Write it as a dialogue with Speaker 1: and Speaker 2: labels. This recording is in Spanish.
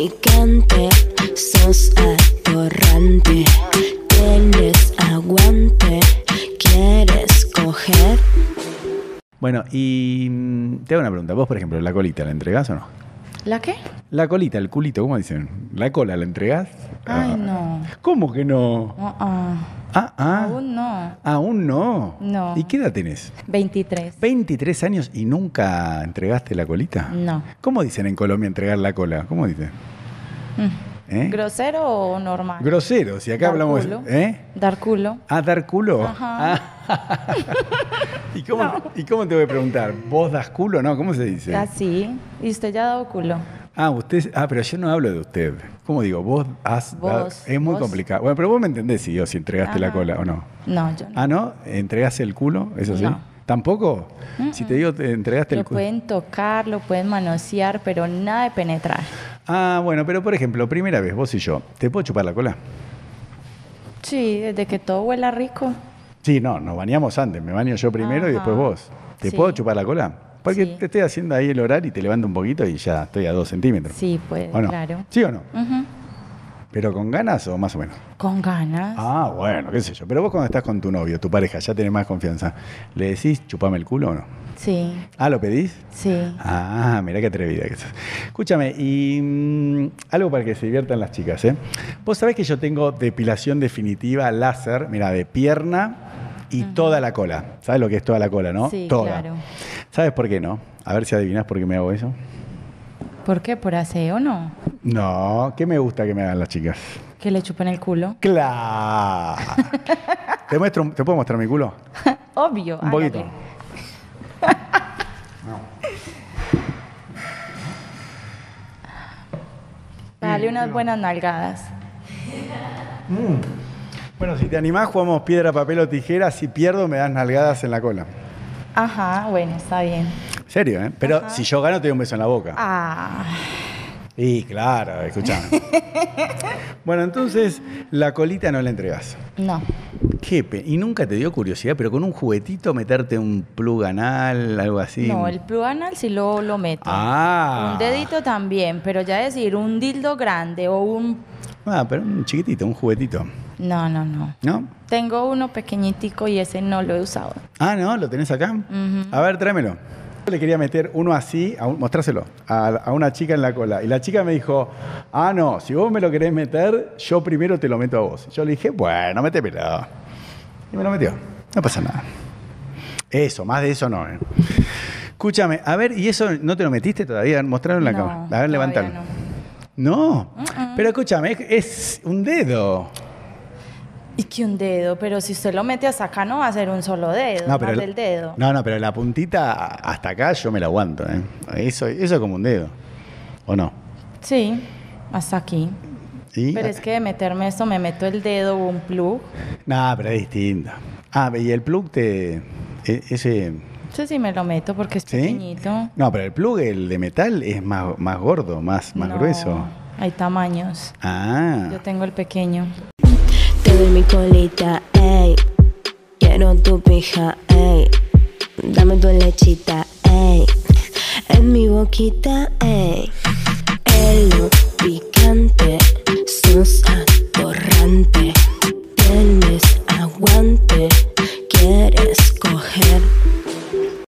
Speaker 1: atorrante, sos atorrante. Tienes aguante, quieres coger.
Speaker 2: Bueno, y mm, te hago una pregunta. Vos, por ejemplo, la colita, ¿la entregás o no?
Speaker 3: ¿La qué?
Speaker 2: La colita, el culito, ¿cómo dicen? ¿La cola la entregás?
Speaker 3: Ay,
Speaker 2: Ah,
Speaker 3: no.
Speaker 2: ¿Cómo que no?
Speaker 3: No, ah.
Speaker 2: Ah, ah.
Speaker 3: Aún no.
Speaker 2: Aún no.
Speaker 3: No.
Speaker 2: ¿Y qué edad tenés?
Speaker 3: 23.
Speaker 2: 23 años y nunca entregaste la colita.
Speaker 3: No.
Speaker 2: ¿Cómo dicen en Colombia entregar la cola? ¿Cómo dicen?
Speaker 3: Mm.
Speaker 2: ¿Eh?
Speaker 3: ¿Grosero o normal?
Speaker 2: Grosero, si acá
Speaker 3: Dar
Speaker 2: hablamos.
Speaker 3: culo.
Speaker 2: ¿Eh?
Speaker 3: Dar culo.
Speaker 2: Ah, dar culo.
Speaker 3: Ajá.
Speaker 2: Ah. ¿Y, cómo, y cómo te voy a preguntar? ¿Vos das culo? No, ¿cómo se dice?
Speaker 3: Así. Ah, Y usted ya ha dado culo.
Speaker 2: Ah, usted, ah, pero yo no hablo de usted. ¿Cómo digo? Vos has
Speaker 3: Vos,
Speaker 2: dado- es muy
Speaker 3: vos.
Speaker 2: complicado. Bueno, pero vos me entendés si yo si entregaste la
Speaker 3: Ajá.
Speaker 2: cola o no.
Speaker 3: No, yo no.
Speaker 2: Ah, ¿no? ¿Entregaste el culo? ¿Eso sí?
Speaker 3: No.
Speaker 2: ¿Tampoco? Si te digo te entregaste
Speaker 3: Lo
Speaker 2: el culo.
Speaker 3: pueden tocar, lo pueden manosear, pero nada de penetrar.
Speaker 2: Ah, bueno, pero por ejemplo, primera vez, vos y yo, ¿te puedo chupar la cola?
Speaker 3: Sí, desde que todo huela rico.
Speaker 2: Sí, no, nos bañamos antes, me baño yo primero y
Speaker 3: Ajá.
Speaker 2: después vos. ¿Te
Speaker 3: Ah. Sí.
Speaker 2: puedo chupar la cola? Porque
Speaker 3: Sí.
Speaker 2: te estoy haciendo ahí el oral y te levanto un poquito y ya estoy a dos centímetros.
Speaker 3: Sí, pues,
Speaker 2: ¿O no?
Speaker 3: claro.
Speaker 2: ¿Sí o no?
Speaker 3: Ujú.
Speaker 2: ¿Pero con ganas o más o menos?
Speaker 3: Con ganas.
Speaker 2: Ah, bueno, qué sé yo. Pero vos cuando estás con tu novio, tu pareja, ya tenés más confianza, ¿le decís chupame el culo o no?
Speaker 3: Sí,
Speaker 2: Ah, ¿lo pedís?
Speaker 3: sí.
Speaker 2: Ah, mirá qué atrevida que sos. Escúchame, y mm, algo para que se diviertan las chicas, ¿eh? Vos sabés que yo tengo depilación definitiva láser, mira, de pierna y toda la cola. ¿Sabes lo que es toda la cola, no?
Speaker 3: Sí,
Speaker 2: toda.
Speaker 3: claro.
Speaker 2: ¿Sabes por qué no? A ver si adivinás por qué me hago eso.
Speaker 3: ¿Por qué? ¿Por aseo no?
Speaker 2: No, ¿qué me gusta que me hagan las chicas?
Speaker 3: Que le chupen el culo.
Speaker 2: ¡Claro! ¿Te, muestro, un- ¿Te puedo mostrar mi culo?
Speaker 3: Obvio.
Speaker 2: Un poquito.
Speaker 3: hágale. Dale unas buenas nalgadas.
Speaker 2: Bueno, si te animás, jugamos piedra, papel o tijera. Si pierdo, me das nalgadas en la cola.
Speaker 3: Ajá, bueno, está bien.
Speaker 2: Serio, ¿eh? Pero si yo gano, te doy un beso en la boca.
Speaker 3: Ah,
Speaker 2: Y claro, escuchame. bueno, entonces la colita no la entregas.
Speaker 3: no.
Speaker 2: Qué pe- y nunca te dio curiosidad, pero con un juguetito meterte un plug anal, algo así.
Speaker 3: No, el plug anal sí lo, lo meto.
Speaker 2: Ah.
Speaker 3: Un dedito también, pero ya decir un dildo grande o un...
Speaker 2: Ah, pero un chiquitito, un juguetito.
Speaker 3: No, no, no.
Speaker 2: ¿No?
Speaker 3: Tengo uno pequeñitico y ese no lo he usado.
Speaker 2: Ah, no, lo tenés acá. A ver, tráemelo. Yo le quería meter uno así, a un- mostrárselo, a, a una chica en la cola. Y la chica me dijo, ah, no, si vos me lo querés meter, yo primero te lo meto a vos. Yo le dije, bueno, métemelo. Y me lo metió. No pasa nada. Eso, más de eso no. ¿eh? Escúchame, a ver, ¿y eso no te lo metiste todavía? Mostraron la
Speaker 3: No,
Speaker 2: cámara. A ver,
Speaker 3: todavía
Speaker 2: levantalo. No.
Speaker 3: no.
Speaker 2: pero escúchame, es, es un dedo.
Speaker 3: Y que un dedo, pero si usted lo mete hasta acá no va a ser un solo dedo, más
Speaker 2: la-
Speaker 3: del dedo.
Speaker 2: No, no, pero la puntita hasta acá yo me la aguanto, ¿eh? Eso, eso es como un dedo. ¿O no?
Speaker 3: Sí, hasta aquí.
Speaker 2: ¿Y?
Speaker 3: Pero es que de meterme esto me meto el dedo o un plug.
Speaker 2: No, pero es distinto. Ah, y el plug te. e- Ese.
Speaker 3: No sé si me lo meto porque es
Speaker 2: ¿Sí?
Speaker 3: pequeñito.
Speaker 2: No, pero el plug, el de metal, es más, más gordo, más, más
Speaker 3: No,
Speaker 2: grueso.
Speaker 3: Hay tamaños.
Speaker 2: Ah.
Speaker 3: Yo tengo el pequeño.
Speaker 1: Te doy mi colita, ey. Quiero tu pija, ey. Dame tu lechita, ey. En mi boquita, ey. Elo picante, sos